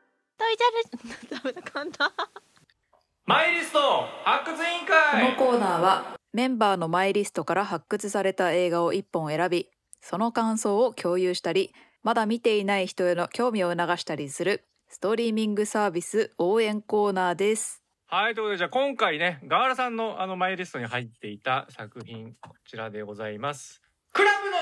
イザル ダメだ簡単マイリスト発掘委員会このコーナーはメンバーのマイリストから発掘された映画を1本選びその感想を共有したりまだ見ていない人への興味を促したりするストリーミングサービス応援コーナーですはいということでじゃあ今回ねガーラさんのあのマイリストに入っていた作品こちらでございますクラブの7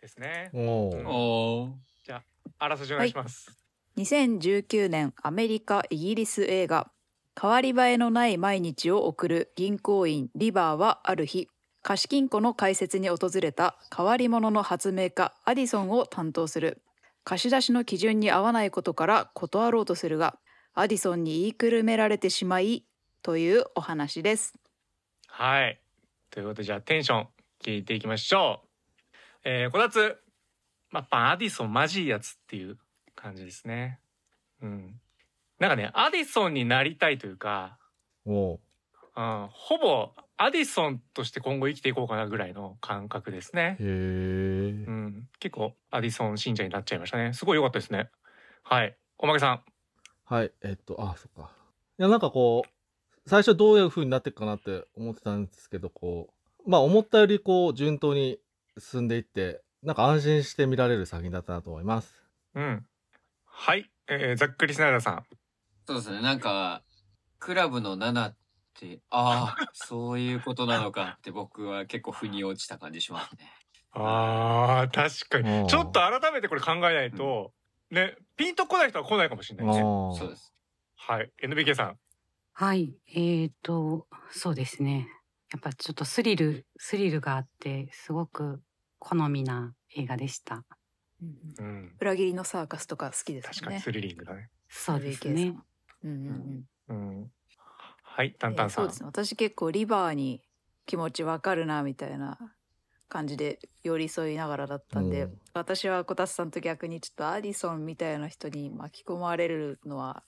ですねおうんーおーあらすじお願いします、 2019年アメリカイギリス映画変わり映えのない毎日を送る銀行員リバーはある日貸金庫の開設に訪れた変わり者の発明家アディソンを担当する貸し出しの基準に合わないことから断ろうとするがアディソンに言いくるめられてしまいというお話ですはい、ということでじゃあテンション聞いていきましょうえー、こたつまあパンアディソンマジいいやつっていう感じですねうんなんかねアディソンになりたいというかおーうん、ほぼアディソンとして今後生きていこうかなぐらいの感覚ですね。へうえ。ん、結構アディソン信者になっちゃいましたね。すごい良かったですね。はい、おまけさん。はい、えっと、あ、そっか。いや、なんかこう、最初どういう風になっていくかなって思ってたんですけど、こう、まあ思ったよりこう、順当に進んでいって、なんか安心して見られる作品だったなと思います。うん。はい、えー、ざっくりスナイダーさん。そうですね、なんか、クラブの7って、ああ、そういうことなのかって僕は結構腑に落ちた感じしますね。ああ、確かうんに。ちょっと改めてこれ考えないと、ね、ピンとこない人は来ないかもしれないね。あそうーです。はい、NBK さん。はい、えーと、そうですね。やっぱちょっとスリル、スリルがあって、すごく好みな映画でした。うん、裏切りのサーカスとか好きです確よかにねスリリングだね。そうですね。うんうんうんうん。はい、タンタンさ。えーそうんですね私結構リバーに気持ちわかるなみたいな感じで寄り添いながらだったんで、うん私はこたつさんと逆にちょっとアディソンみたいな人に巻き込まれるのは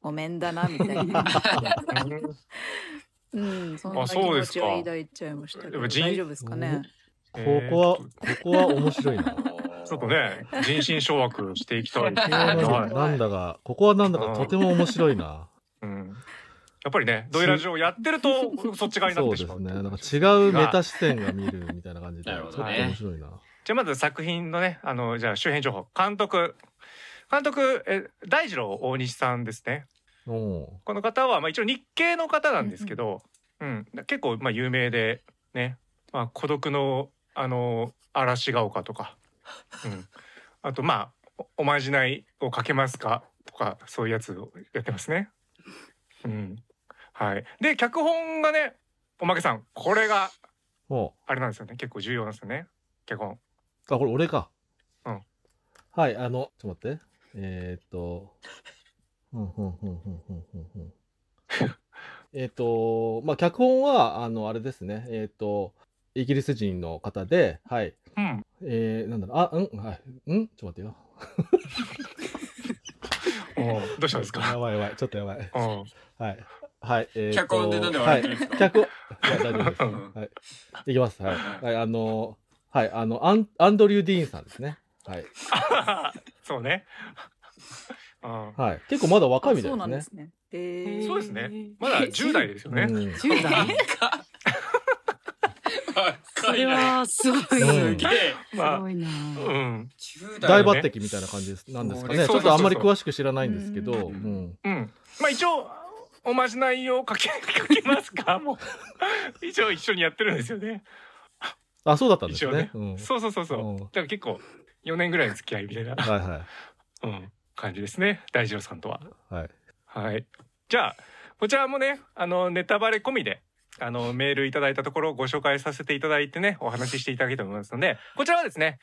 ごめんだなみたいな、 うんうん、そんなあ気そうで持すかちを抱いちゃいましたけでども人大丈夫ですかねこえーこは、ここは面白いな。ちょっとね、人心掌握していきた いですね。ここは はい。なんだか、ここはなんだかとても面白いな。うんやっぱりね、ドイラジオやってる と、そっち側になっそうてしですまう。ね。なんか違うメタ視点が見るみたいな感じで、ちなるょほっとどね面白いな。じゃあまず作品のね、あの、じゃあ周辺情報。監督。監督、え、大二郎大西さんですね。おーこの方は、まあ一応日系の方なんですけど、うん、結構、まあ有名で、ね、まあ孤独の、あの、嵐が丘と か、うん。あと、まあ、おおまじないをかけますかとか、そういうやつをやってますね。うん。はい。で、脚本がね、おまけさん、これが、おあれなんですよね。結構重要なんですよね。脚本。ーあ、これ俺か。うん。はい、あの、ちょっと待って。えー、っと、うんうんうんうんうんうんうん。 えーっと、まあ、脚本は、あの、あれですね。えーっと、イギリス人の方で、はい。うん。えー、なんだろう、あ、うん、はい。んちょっと待ってよ。どうしたんですかや。ばいやばい、ちょっとやばい。 うん。はい。はい。えーと脚本でなんで笑ってるんですかはい、脚本。いや、大丈夫です。うんはい。いきます。はい。はい、あのー、はい、あの、アンアンドリュー・ディーンさんですね。はい。そうね。うん。はい。結構まだ若いみたそういなですんでねす。ねえそうですね。まだ10代ですよね。うん10代 それはすごい。すうすんげえ。まごいな。あ、うん。 10大代抜擢みたいな感じですなんですかね。そちうそうそうそうょっとあんまり詳しく知らないんですけど、ううんん。うん。まあ一応、おまじないをかけ、かけますか もう。一応一緒にやってるんですよね。あ、そうだったんです一応ねね。うん。そうそうそうそうう。んだから結構、4年ぐらいの付き合いみたいな、はいはうん、感じですね。大二郎さんとは。い。はい。はい。じゃあ、こちらもね、あの、ネタバレ込みで、あの、メールいただいたところをご紹介させていただいてね、お話ししていただけたと思いますので、こちらはですね、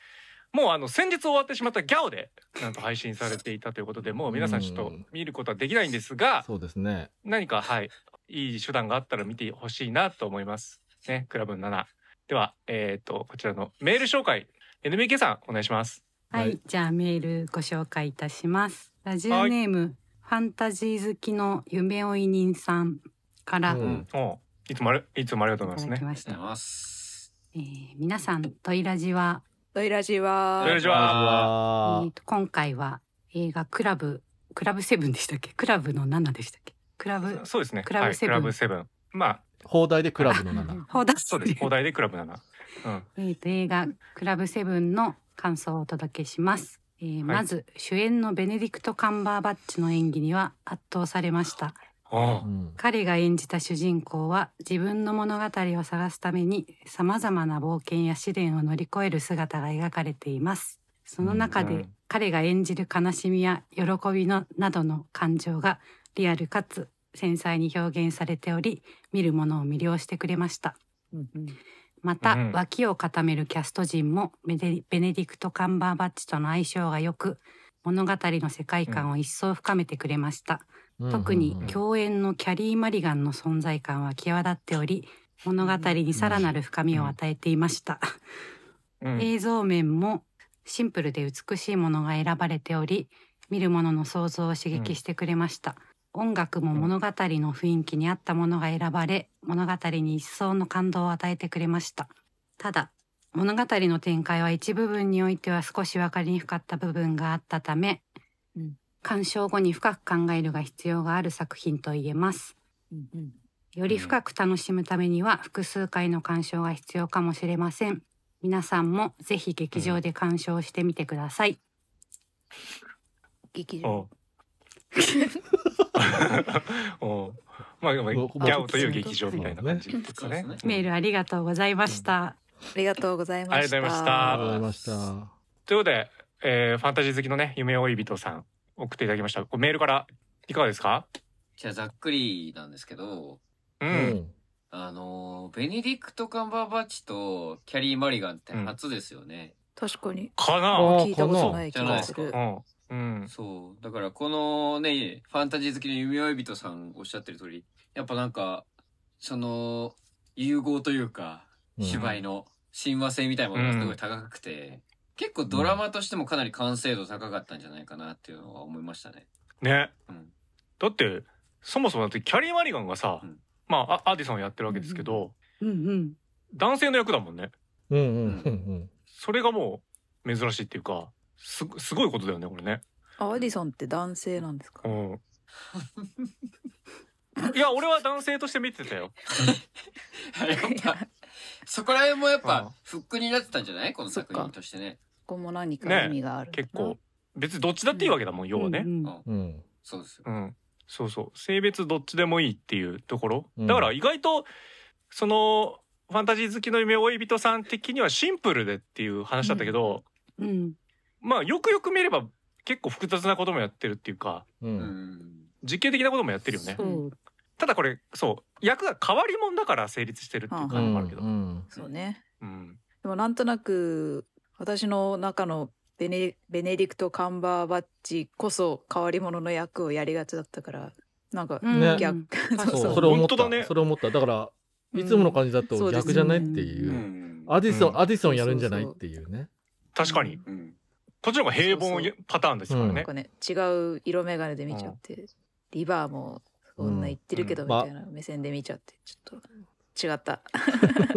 もうあの、先日終わってしまったギャオで、なんと配信されていたということで、もう皆さんちょっと見ることはできないんですが、そうですね。何か、はい、いい手段があったら見てほしいなと思います。ね、クラブの7。では、えっ、と、こちらのメール紹介、NBK さん、お願いします。ははいい、じゃあメールご紹介いたします。ラジオネーム、ファンタジー好きの夢追い人さんからういんおういつもありいつもありがとうござたいますだきね。まししたた。ます。えー皆さん、トイラジはドイラジはドイラジはえーと今回は映画クラブクラブセブンでしたっけクラブの7でしたっけクラブそうですねクラブはいセブンクラブセブンまあ放題でクラブの7。放題そうです放題でクラブ7うんえー、と映画「クラブセブン」の感想をお届けします、えーまず主演のベネディクト・カンバーバッチの演技には圧倒されましたあうん彼が演じた主人公は自分の物語を探すためにさまざまな冒険や試練を乗り越える姿が描かれていますその中うんうでん彼が演じる悲しみや喜びのなどの感情がリアルかつ繊細に表現されており見る者を魅了してくれましたうんうんまた、うん脇を固めるキャスト陣もベネベネディクト・カンバーバッチとの相性が良く物語の世界観を一層深めてくれました、特にうん共演のキャリー・マリガンの存在感は際立っており物語にさらなる深みを与えていました、あうん映像面もシンプルで美しいものが選ばれており見る者の想像を刺激してくれました、音楽も物語の雰囲気に合ったものが選ばれ物語に一層の感動を与えてくれましたただ物語の展開は一部分においては少し分かりにくかった部分があったため、うん鑑賞後に深く考えるが必要がある作品と言えますうんうんより深く楽しむためには複数回の鑑賞が必要かもしれません。皆さんもぜひ劇場で鑑賞してみてください。劇お場 うおうまあでもギもうャオという劇場みたいな感じですかねそうですメールありがとうございました。ありがとうございましたありがとうございましありたがとうございました。ということで、えーファンタジー好きのね夢追い人さん送っていただきましたこれメールからいかがですかじゃあざっくりなんですけど、うん、うんあのーベネディクト・カンバーバッチとキャリー・マリガンってうん初ですよね。確かにかあな聞いたことない気がするうんうんそう。だからこのね、ファンタジー好きの弓追い人さんおっしゃってる通り、やっぱなんか、その、融合というか、うん芝居の親和性みたいなものがすごい高くて、結構ドラマとしてもかなり完成度高かったんじゃないかなっていうのは思いましたね。ねうん。だってそもそもだってキャリー・マリガンがさ、うんまああアディさんをやってるわけですけど、うんうん。男性の役だもんねうんうんうんそれがもう珍しいっていうかすすごいことだよねこれね。あアディソンって男性なんですかうん いや俺は男性として見てたよ。やっぱ、そこら辺もやうっんぱ、フックになってたんじゃないこの作そっ品かとしてね。ここも何か意味がある、結構別にどっちだっていいわけだもん、要はねう、んううんんうんうんそうですよ。うん、そうそう性別どっちでもいいっていうところ、うんだから意外とそのファンタジー好きの夢追い人さん的にはシンプルでっていう話だったけど、うん。まあよくよく見れば結構複雑なこともやってるっていうかううんん。実験的なこともやってるよねそうただこれそう役が変わり者だから成立してるっていうう感じもあるけど、うんんそうねうんでもなんとなく私の中のベネベネディクト・カンバーバッチこそ変わり者の役をやりがちだったからなんかうんね逆、 そうそそううそれ思っ本当だねたそれ思っただからうんいつもの感じだと逆じゃないってう。いうんアディソうンんアディソンやるんじゃないっていうね確かにうん。こっちの方が平凡そうパターンですからなねん、かね違う色眼鏡で見ちゃって、リバーもそんな言ってるけどうみんまあたいな目線で見ちゃってちょっと違った、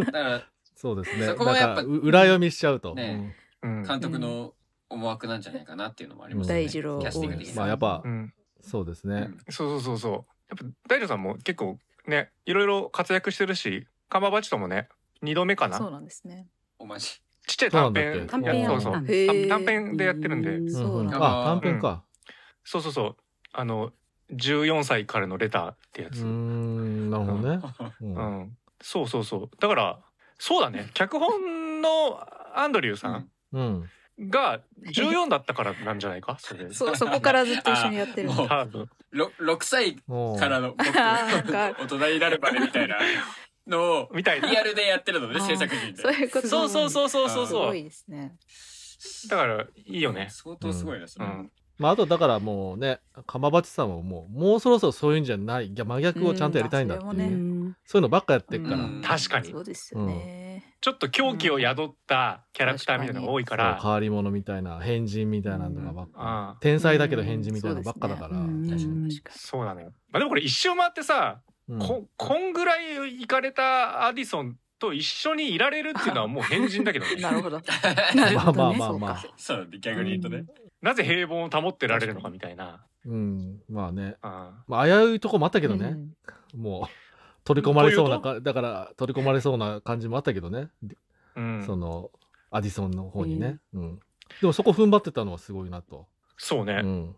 だから、そうですねだそこかはやらっぱう裏読みしちゃうとねうん監督の思惑なんじゃないかなっていうのもありますね。大二郎キャスティングう的んに。まあやっぱうん、そうですうねんそうそうそうそうやっぱ大丈さんも結構ねいろいろ活躍してるしカンバーバッチともね2度目かなそうなんですねおまじ。ちっちゃい短編そうなんだっけや短編やそうそったうんへでー短編でやってるんで、うんうそんううんなんだあ短編かそうそうそうあの14歳からのレターってやうつ、ーんなるほどねうんうんそうそうそうだからそうだね脚本のアンドリューさうんんが14だったからなんじゃないかそれそうそこからずっと一緒にやってるんあだー多分ろ6歳もうからの僕あ大人になるまでみたいなのをみたいなリアルでやってるのねあー制作陣 でそういうことそうそうそうそうそうすそごういですねだからいいよね相当すごいなそれうんまああとだからもうね鎌バチさんはもうもうそろそろそういうんじゃないいや真逆をちゃんとやりたいんだってうんそうれもいうねんそういうのばっかやってっかうらん確かにそうですよね、ちょっと狂気を宿ったキャラクターみたいなのが多いかそうら変わり者みたいな変人みたいなのがばっあかあ天才だけど変人みたいなのばっかだから、うん確かにそうなのよまあでもこれ一周回ってさうんここんぐらい行かれたアディソンと一緒にいられるっていうのはもう変人だけどね なるほ ど。なるほどね。まあまあまあそうまあか。 そうだね逆に言うとね。なぜ平凡を保ってられるのかみたいな。うん、まあね。あまあ、危ういとこもあったけどうね。んもう、取り込まれそうなどか、だから、取り込まれそうな感じもあったけどね。ーうん、そその、アディソンの方にね。うん。でもそこ踏ん張ってたのはすごいなと。うね、うだかん。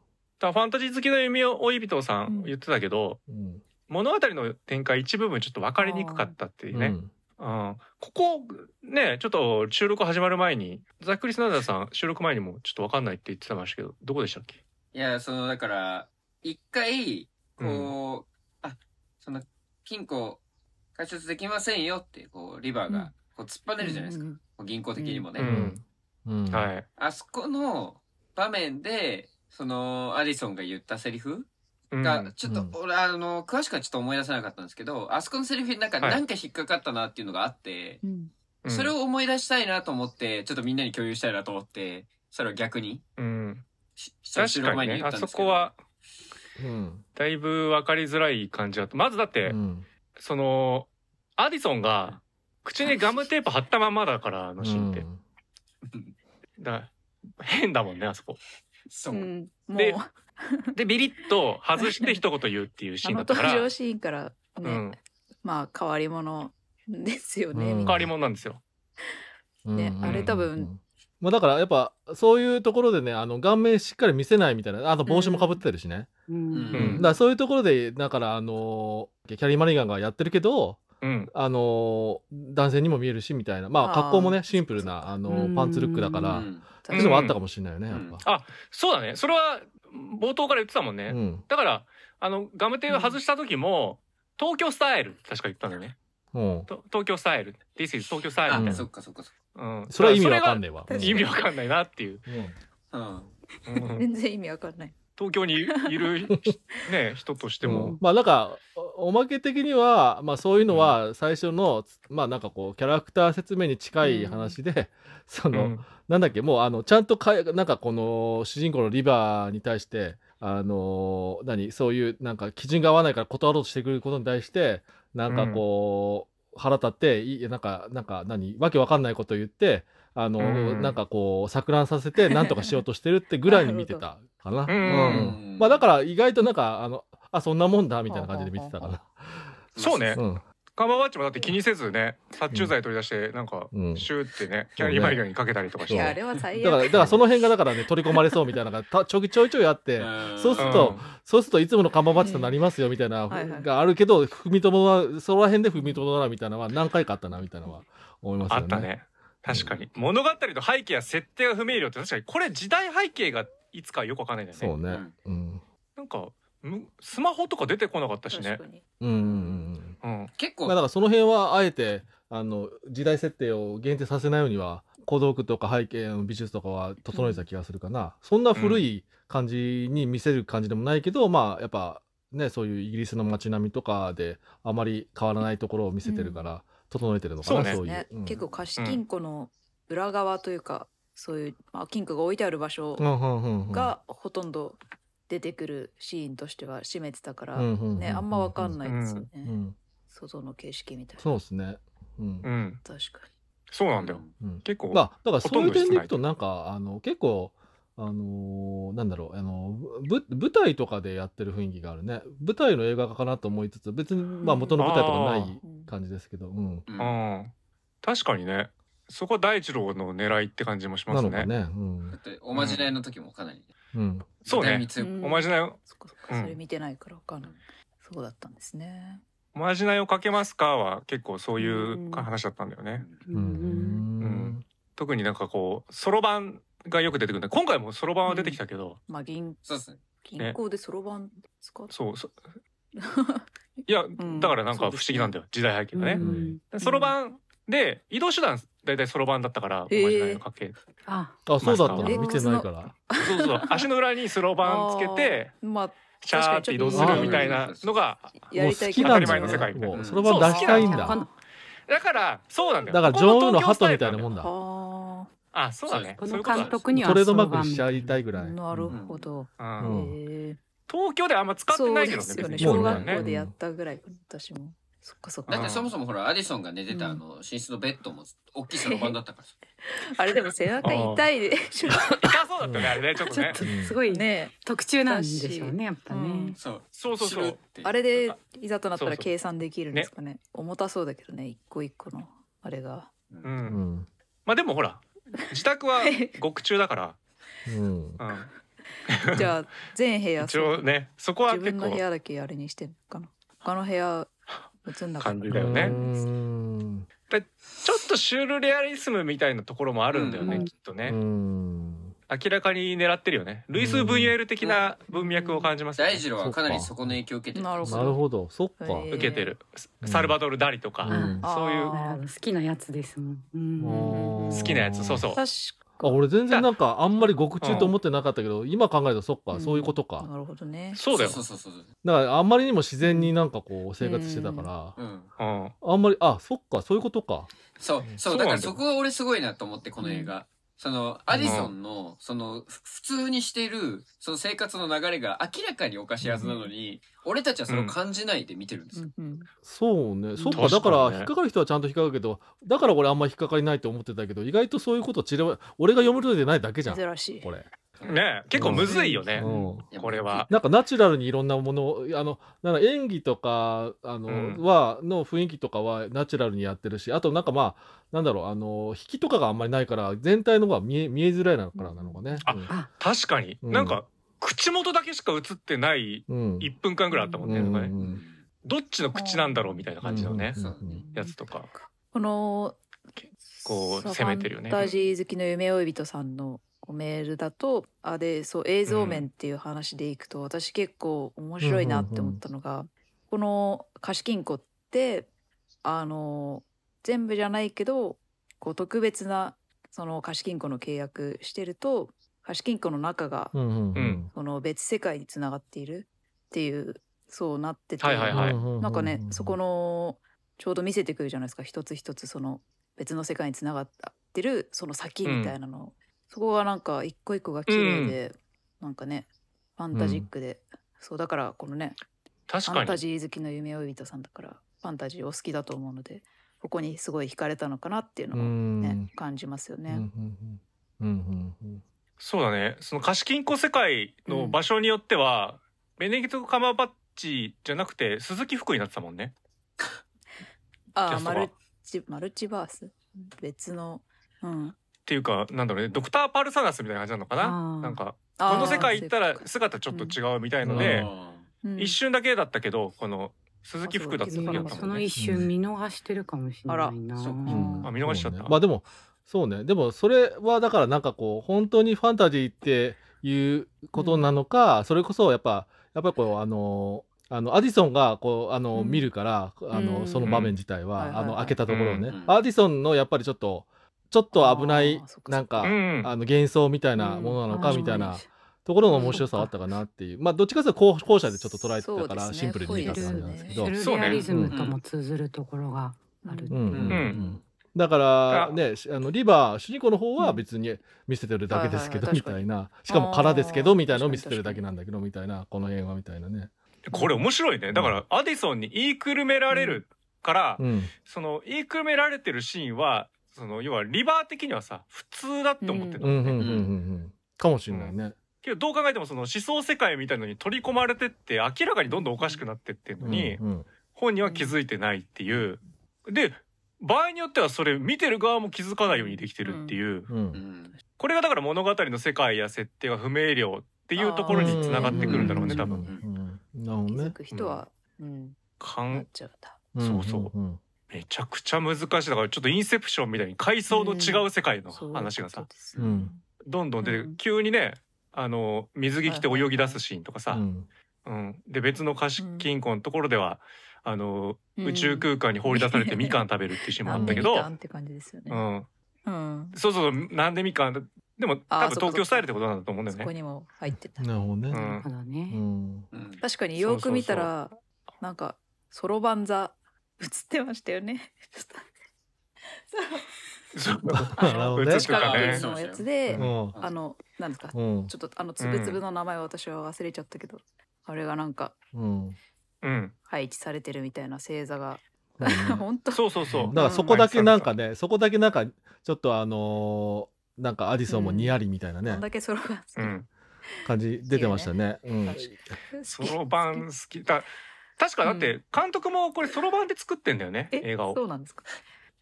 らファンタジー好きな弓追い人さうんん言ってたけど、うん。物語の展開一部分ちょっと分かりにくかったっていううね、んうん、ここねちょっと収録始まる前にザックリスナダーさん収録前にもちょっと分かんないって言ってましたけどどこでしたっけいや、その、だから、一回、こう、あ、その、金庫、解消できませんよって、こう、リバーうんが、こう、突っ張ねるじゃないですか。こう銀行的にもね。うん、うん。はい、あそこの場面で、その、アディソンが言ったセリフうんが、ちょっと、うん俺、あの、詳しくはちょっと思い出せなかったんですけど、あそこのセリフになんか、はいなんか引っかかったなっていうのがあって、うんうんそれを思い出したいなと思って、ちょっとみんなに共有したいなと思って、それを逆に、うん、し確かにねあそこは、うん。だいぶ分かりづらい感じだとまずだって、うん。そのアディソンが口にガムテープ貼ったまんまだからあのシーンって、うんだ変だもんねあそこそうう。んもうででビリッと外して一言言うっていうシ ーあンのだった登から場シーンからうね、ん、まあ変わり者ですよね。うん変みたいわり者なんですよねうんあれ多分うんまあだからやっぱそういうところでねあの顔面しっかり見せないみたいなあと帽子もかぶってたりしね、うんうんうんだからそういうところでだからあのキャリー・マリガンがやってるけどうんあの男性にも見えるしみたいなまああー格好もねシンプルなあうのんパンツルックだかうらん。っていうのはあったかもしれないよねやっぱ。そうだねそれは冒頭から言ってたもんね、うんだからあのガムテを外した時も、東京スタイルって確か言ったんだよねうんと東京スタイル This is 東京スタイルあみた、いそなっかそっかそっうんそれは意味わかんいねえわ。それが意味わかんないなっていう、うんか。うん。うな。ん全然意味わかんない。東京にい る、ね、人としてうもん、まあなんかおおまけ的には、まあ、そういうのは最初の、まあなんかこうキャラクター説明に近い話で、そうの、んなんだっけもうあのちゃんとかえなんかこの主人公のリバーに対してあのー何そういうなんか基準が合わないから断ろうとしてくることに対してなんかこう、腹立っていなんかなんか何わけわかんないこと言ってあのー、うんなんかこう錯乱させてなんとかしようとしてるってぐらいに見てたかな。 うんうんまあだから意外となんかあのあそんなもんだみたいな感じで見てたかな。そうねうんカバーワッチもだって気にせずね殺虫剤取り出してなんかうんシューってねキャリーマリガンにかけたりとかしいて、やあれは最だから悪。だからその辺がだからね取り込まれそうみたいなのがたちょきちょいちょいあって。うんそうすると、そうするといつもの看板バッチとなりますよみたいな、はいはいがあるけど踏みとどまそこら辺で踏みとどまるみたいなのは何回かあったなみたいなのは思いますあよね。ったね確かに、物語の背景や設定が不明瞭って確かにこれ時代背景がいつかよくわかんないんだよねそうね。うん。なんかむスマホとか出てこなかったしね確かにうんうんうんうん。うん結ま構、あだからその辺はあえてあの時代設定を限定させないようには小道具とか背景の美術とかは整えてた気がするかな、そんな古い感じに見せる感じでもないけど、まあやっぱねそういうイギリスの街並みとかであまり変わらないところを見せてるから整えてるのかな、そうねそういう、ねうん結構貸金庫の裏側というかそういうまあ金庫が置いてある場所うんうんうんうんがほとんど出てくるシーンとしては占めてたからうんうんうんうんねあんまわかんないですようね。ん、外の景色みたいな。そうですね。うんうん確かそうなんだようん結構、まあ、だからそういう点でいくほととんど室内なんかあの結構あのーなんだろうあのぶ舞台とかでやってる雰囲気があるね舞台の映画化かなと思いつつ別にまあ元の舞台とかないに。うん感じですけど、うんううんだん確かにねそこは大二郎の狙いって感じもしまなすのねかね、うんっておまじないの時もかなり。うん、そうね時代に強くうんおまじないをそっかそっかうんそれ見てないからわかんない。そうだったんですね。おまじないをかけますかは結構そういう話だったんだよね、うんん特になんかこうそろばんがよく出てくるんだ今回もそろばんは出てきたけど、まあ銀そうですね。銀行でそろばん使っそうそいや、んだからなんか不思議なんだよ、時代背景がね、んそろばんで移動手段大体そろばんだったからおへーまじないをかけあ、あそうだったのマスターは見てないからそうそう足の裏にそろばんつけてまあシャーって移動するみたいなのがやもうりた好いきけどなん当たり前の世だ界よみたねいなもうそろばん出したいんだ、このだからそうなんだよだからジョン・ウーの鳩みたいなもんだだはあそうだねこそういのうことだ監督にはトレードマークにしちゃいたいぐらい、あなるほど。うんうんへえ東京ではあんま使ってそうないけでどねすよね。別に小もうね学校でやったぐらい私も。そっかそっだうってんか。そもそもほらアディソンが寝てたうんあの寝室のベッドも大きいそろばんだったからさあれでも背中痛いでしょ。 あそうだったねあれねちょっとちょねっとすごいね特注なんでしょうねやっぱね。そう そうそうそう知るってあれでいざとなっそたらうそう計算できるんですかね。重たそうだけどね、一個一個のあれが。うんうん、うん。まあでもほら自宅は極中だから、ううん。ん、じゃあ全部屋一そう応ねそこは自結分の構部屋だけあれにしてんのかな。他の部 屋映んなかった感じだよねうん。ちょっとシュールレアリスムみたいなところもあるんだよね、うんきっとね、うん。明らかに狙ってるよねルイス・ブニエル的な文脈を感じます、ね大二郎はかなりそこの影響を受けてるなるほなるほど、そっか。へー受けてる、うんサルバドル・ダリとか、うんあーそういうなるほど好きなやつですもん。うんうん好きなやつそうそう確あ俺全然なんかあんまり極中と思ってなかったけど、今考えるとそっか、うんそういうことか。かなるほどね。そうだよそうそうそうそうだからあんまりにも自然になんかこう生活してたから、うんうんあんまりあそっかそういうことかそうそそううなだんだかよらそこは俺すごいなと思ってこの映画そのアディソンのそのふ普通にしてるその生活の流れが明らかにおかしいはずなのに俺たちはそれを感じないで見てるんですうよんうん。そうねそっか確かにねだから引っかかる人はちゃんと引っかかるけどだから俺あんまり引っかかりないと思ってたけど意外とそういうことちれわ俺が読み取れてないだけじゃん珍しい。これ、ねえ結構むずいよね、うん、いやこれはなんかナチュラルにいろんなものをあのなんか演技とかあの、うんはの雰囲気とかはナチュラルにやってるしあとなんかまあなんだろうあの引きとかがあんまりないから全体の方が見え見えづらいのからなのかね。あ確かに、うんなんか口元だけしか映ってないうん1分間ぐらいあったもんね,、うんなんかねううんんどっちの口なんだろうみたいな感じのね、そうねやつとかこのこう攻めてるよねファンタジー好きの夢追い人さんのメールだとあでそう映像面っていう話でいくと、私結構面白いなって思ったのが、この貸金庫ってあの全部じゃないけどこう特別なその貸金庫の契約してると貸金庫の中がうんうんうんこの別世界につながっているっていうそうなってて、はいはいはいなんかね、そこのちょうど見せてくるじゃないですか一つ一つその別の世界につながってるその先みたいなの、そこがなんか一個一個が綺麗で、なんかねファンタジックで、そうだからこのねフ確ァかンタにジー好きの夢追い人さんだからファンタジーお好きだと思うのでここにすごい惹かれたのかなっていうのうをんね、感じますようんね。うんうんうんそうだねその貸金庫世界の場所によっては、ベネギト・カマーバッチじゃなくて鈴木福になってたもんねキあャあストマがルチマルチバース別の、うん、っていうかなんだろうねドクター・パルサナスみたいな感じなのかあなーなんかこあーの世界行ったそうらいうことか姿ちょっと違うみたいのうで、うん一瞬だけだったけどこの鈴木福だった時だっそたもんのね一瞬見逃してるかもしれないな。あらそううんうんあ見逃しちゃったそうねまあでもそうねでもそれはだからなんかこう本当にファンタジーっていうことなのか、それこそやっぱやっぱりこうあのあのアディソンがこうあの、うん見るからあのうんその場面自体は、はいはいはいあの開けたところをね、うんアディソンのやっぱりちょっとちょっと危なあーいそっかそっかなんか、うんあの幻想みたいなものなのかうんみたいうんなところの面白さはあったかなっていう、まあどっちかというと後後者でちょっと捉えてたから、そうですシねンプルに見たって感じなんですけシどュ。ルレアリズムとも通ずるところがある。うんうんうんうんうんだからねしあのリバー主人公の方は別に見せてるだけですけどはいみはいたはいいなしかも空ですけどあーみたいなのを見確せかてにるだけなんだけどみたいなこの映画みたいなね。これ面白いねだからアディソンに言いくるめられるから、うんその言いくるめられてるシーンはその要はリバー的にはさ普通だって思ってたうんうもんんうんね、うんうんかもしれないね。けどどう考えてもその思想世界みたいのに取り込まれてって明らかにどんどんおかしくなってってんのに、うんうん本人は気づいてないっていうで場合によってはそれ見てる側も気づかないようにできてるっていう、うんうんこれがだから物語の世界や設定が不明瞭っていうところにつながってくるんだろうねう多分。んうんなるほど気づね。く人は、うん、かなっんちゃうんだ。そうそうん。めちゃくちゃ難しいだからちょっとインセプションみたいに階層の違う世界の話がさ、そうういうこんどんどん出てくる、うん急にねあの水着着て泳ぎ出すシーンとかうさ、んうん、で別の貸金庫のところでは、あのとです、宇宙空間に放り出されてみかん食べるっていうシーンもあ なっんたでけみど、かんって感じですようね。ん、うん。そうそうそうなんでみかんでもあー多分そっかそ東っか京スタイルってことなんだと思うんだそよこね。にも入ってた。なるほどうね。んなるほどうね。んうん確かによく見たらなんかそろばん座映ってましたよね。そうなるほどね映し四てた角ね形のやつで、うんあのなんですか、うんちょっとあのつぶつぶの名前を私は忘れちゃったけど、あれがなんかうんうん配置されてるみたいな星座がまあね 本当。そうそうそう。だからそこだけなんかね、そこだけなんか、ちょっとあのーなんかアディソンもにやりみたいなね、こんだけソロが好き。うん。感じ出てましたね。うん。ソロ版好きだ。確かだって監督もこれソロ版で作ってんだよね、え映画そを。うなんですか。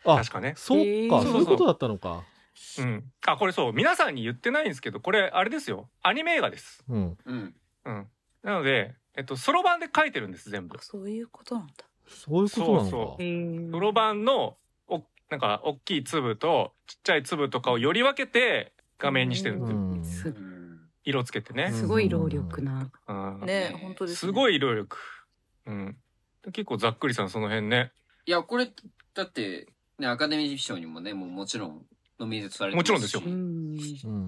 あ、確かね。そっか、えーそういうことだったのか。うん。あ、これそう、皆さんに言ってないんですけど、これあれですよ。アニメ映画です。うん。うん。うん。なので、えっと、ソロ版で書いてるんです、全部あ。そういうことなんだ。そういうことなのか。そうそプソロ版の、お、なんか、大きい粒と、ちっちゃい粒とかをより分けて、画面にしてるんですよ。んすうん色つけてね。すごい労力な。うん。ねね、本当です、ね。すごい労力。うん。結構ざっくりさん、その辺ね。いや、これ、だって、ね、アカデミー賞にもね、もうもちろん、ノミネートされてもちろんですよもう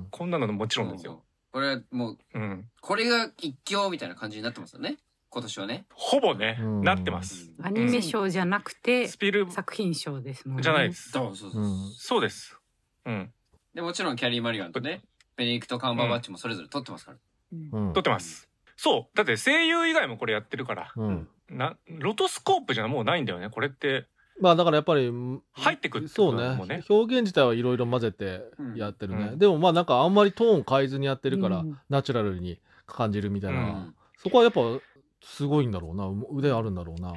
ん。こんなのもちろんですよ。。これはもう、うん。これが一強みたいな感じになってますよね。今年はね。ほぼね、うんなってます。うんアニメ賞じゃなくてスピル、作品賞ですもんね。じゃないです。そうそうそう。うんそうです。うん。で、もちろんキャリー・マリガンとね、ベネディクト・カンバーバッチもそれぞれ撮ってますから。うん撮ってます。そう。だって声優以外もこれやってるから。うんな、ロトスコープじゃもうないんだよね。これって、まあだからやっぱりうん入ってくってこそとうだねもんね表現自体はいろいろ混ぜてやってるね、うんでもまあなんかあんまりトーン変えずにやってるから、うんナチュラルに感じるみたいな、ううんそこはやっぱすごいんだろうなう腕あるんだろうな、うん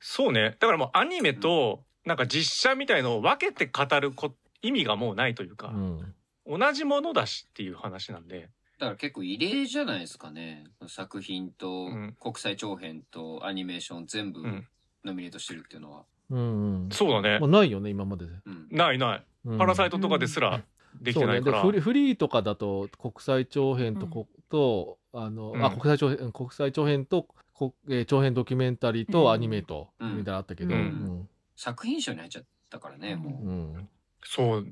そうね。だからもうアニメと、なんか実写みたいのを分けて語るこ意味がもうないというか、うん同じものだしっていう話なんで。だから結構異例じゃないですかね。作品とうん国際長編とアニメーション全部うんノミネートしてるっていうのは。うんうんそうだねまあ、。ないよね今までで、うん。ないない。うんパラサイトとかですらできてないから。そうね、でフリフリーとかだと国際長編とこ、とあの、うんあ国際長編国際長編とこ、えー長編ドキュメンタリーうんとアニメと、うみんたいなのあったけど、うん作品賞に入っちゃったからね、うんうもんそう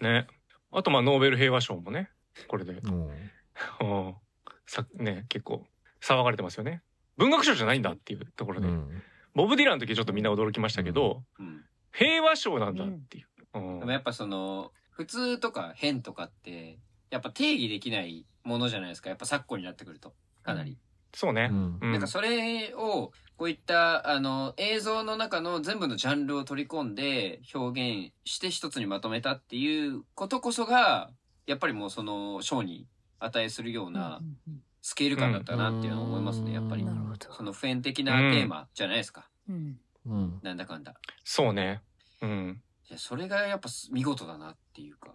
ね。あとまあノーベル平和賞もね、これで、うんうんさね結構騒がれてますよね。文学賞じゃないんだっていうところで、うんボブ・ディランの時ちょっとみんな驚きましたけど、う。うん。平和賞なんだっていう。うんでもやっぱその、普通とか変とかって、やっぱ定義できないものじゃないですか。やっぱ昨今になってくると。かなり。そうね。うんなんかそれを、こういった、あの、映像の中の全部のジャンルを取り込んで表現して一つにまとめたっていうことこそが、やっぱりもうその、賞に値するようなスケール感だったなっていうのは思いますね、やっぱりな。るほど。その普遍的なテーマじゃないですか。うん。うんなんだかんだ。そうね。うん。いや、それがやっぱ見事だなっていうか。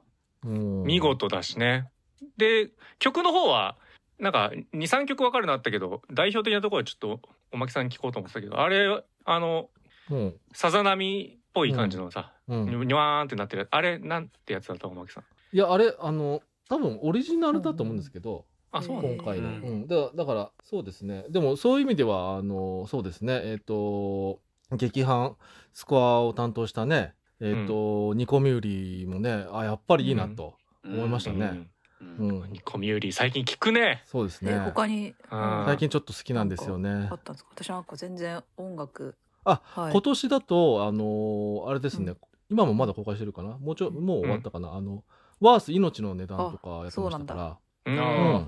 うん見事だしね。で、曲の方は、なんか、2、3曲わかるのあったけど、代表的なところはちょっと、おまきさんに聞こうと思ってたけど、あれ、あの、うんさざ波っぽい感じのさ、うん、にわーんってなってるやつあれ、なんてやつだったおまきさん。いやあれあの多分オリジナルだと思うんですけど、あ、そうなんだ今回の、ううんんだだからそうですねでもそういう意味ではあのそうですねえっ、と劇伴スコアを担当したねえっ、と、ニコミューリーもねあやっぱりいいなと、うん思いましたねううんんうんコミュリー最近聞くね。そうですえ、ね他にあー最近ちょっと好きなんですよねあったんですか。私なんか全然音楽。あはい。今年だとあのーあれですね、う今もまだ公開してるかなもうちょうんもう終わったかな、あのワース命の値段とかやってましたかうん、あらそうなんだ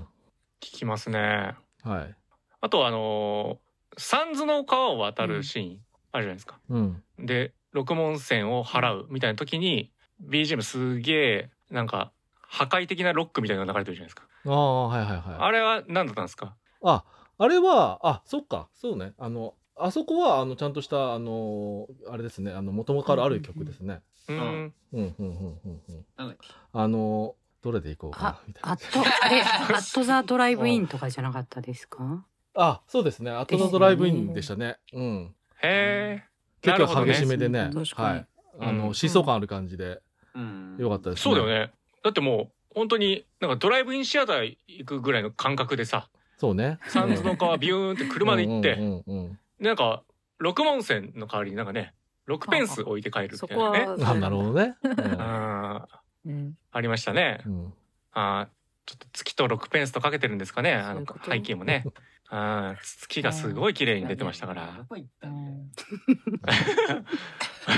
聞きますね。はいあと、あのー、三途の川を渡るシーン、あるじゃないですか。うんで六文銭を払うみたいな時に BGM すげえなんか破壊的なロックみたいなのが流れてるじゃないですか、ああはいはいはいあれは何だったんですかあ、あれは、あ、そっか、そうね。あの、あそこは、あの、ちゃんとした、あの、あれですね、あの、元々からある曲ですね。うーんううん、うん、うん、うん、うん。なんだっけあの、どれでいこうかなあ、みたいアな。ット、え、アットザドライブインとかじゃなかったですか。あ、そうですね。アトナドライブインでしたね。うん。へえ、な結るほど構ね激しめでね。確かはにい。あうの、ん疾走感ある感じで、うん。よかったですそうだよ。ねだってもう本当になんかドライブインシアター行くぐらいの感覚でさそうね。三途の川ビューンって車で行って、うんうんうんなんか六文銭の代わりになんかね六ペンス置いて帰るみそたいこなはねうん。あ、なるほどね。あーうん。ありましたね、うん。あーちょっと月と6ペンスとかけてるんですかねあそういのうこと背景もねあー月がすごい綺麗に出てましたかどらこ行ったん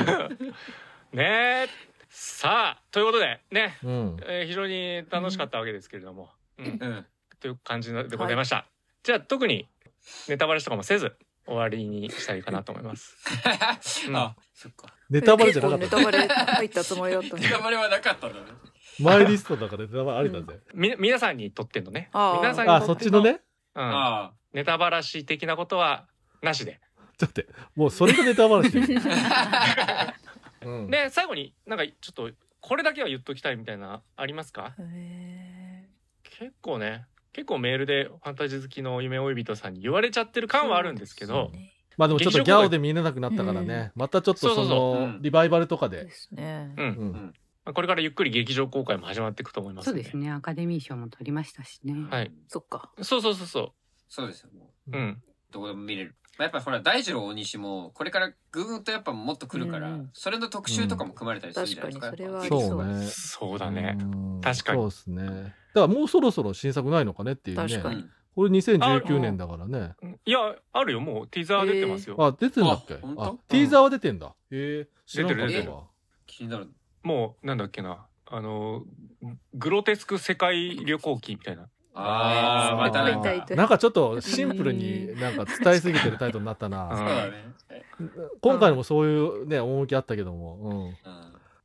だよ。ねえさあということでね、うん。えー非常に楽しかったわけですけれども、うんうん。という感じでございました、じゃあ特にネタバレとかもせず終わりにしたいかなと思います。うん あ、そっか。ネタバレじゃなかっ結た構ネタバレ入ったつもりだったのに ネタバレはなかったんだね。マイリストだからネタバレありだぜ、み皆さんにとってのねあー皆さんにあとそっってちののねうん、あネタバラシ的なことはなしでちょっと待ってもうそれがネタバレしてる、うん、で最後になんかちょっとこれだけは言っときたいみたいなありますかへ結構ね結構メールでファンタジー好きの夢追い人さんに言われちゃってる感はあるんですけーどまあでもちょっとギャオで見れなくなったからね、またちょっとそそうそうそううのんリバイバルとそかうでで、すねう。うんんまあこれからゆっくり劇場公開も始まっていくと思いますそんうですねアカデミー賞も取りましたしね、あ。はい。そっか。そうそうそうそそうですよ。もううんうどこでも見れる。まあやっぱりほら、大二郎大西も、これからぐーんとやっぱもっと来るから、うんうんそれの特集とかも組まれたりするんじゃないですか。確かにそれはありやっぱそうねそうだねうん確かにそうですねだからもうそろそろ新作ないのかねっていうね確かうにんこれ2019年だからねいやあるよもうティザー出てますよ、あ出てんだっけあ本当あティーザーは出てんだへえ知らなかっ出てるた出わ気になる。もうなんだっけなあのグロテスク世界旅行記みたいなああ、ーまたな見んたいか。そとうなんかちょっとシンプルになんか伝えすぎてるタイトルになったうんなだね。今回もそういうね趣あったけども、うん、うん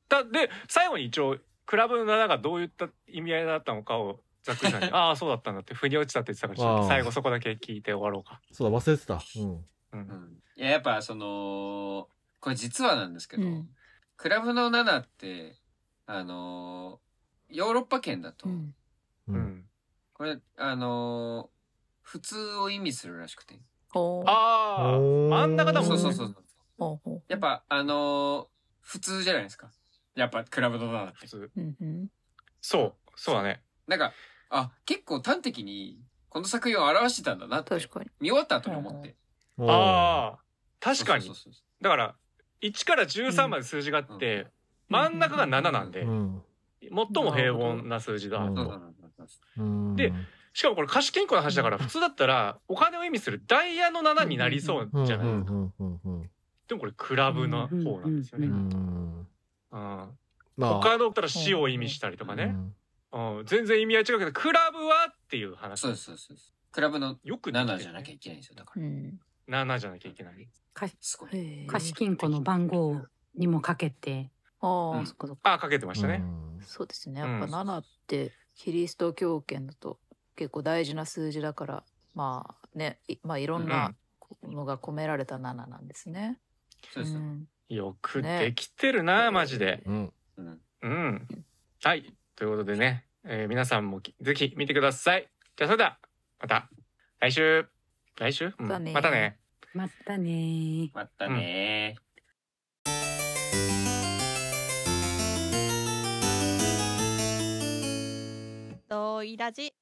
だで最後に一応クラブの7がどういった意味合いだったのかをざっくりさんに「ああそうだったんだ」って腑に落ちたって言ってたからちょっあとー最後そこだけ聞いて終わろうか。そうだ忘れてた、うん、ううんんいや、やっぱその、これ実はなんですけど、うんクラブの7って、あのーヨーロッパ圏だと、うんううんんこれ、あのー普通を意味するらしくて。ほうああおー真ん中だもんそねうそうそう。ほうほうやっぱ、あのー普通じゃないですか。やっぱ、クラブの7って普。通うんうんそうそうだね。なんか、あ、結構端的に、この作品を表してたんだなって、確かに。見終わった後に思って。ああ確かそうにそうそうだから1から13まで数字があって、うん真ん中が7なんで、ーうん最も平凡な数字だなるほどそうそうと。そうそうそううんでしかもこれ貸金庫の話だから普通だったらお金を意味するダイヤの7になりそうじゃないですか。うんうんうんうんでもこれクラブの方なんですようね。んうんま他のだったら死を意味したりとかね、うん全然意味合い違うけどクラブはっていう話そうですそうですそうです。クラブのよくできてる7じゃなきゃいけないんですよ。だかうら。ん。 7じゃなきゃいけないかすごい。へえ。貸金庫の番号にもかけてあうあ、んそっかそっか。あかけてまましたね、そうですね。うんやっぱ7ってキリスト教圏だと結構大事な数字だから、まあね、いまあいろんなのが込められた7なんですね。そうですうよ。んよくできてるな、マジでうんうん。うんはいということでね、えー皆さんもきぜひ見てくださいじゃあそれではまた来週来週、うんまたねまたねまたねー。またねー。といラジ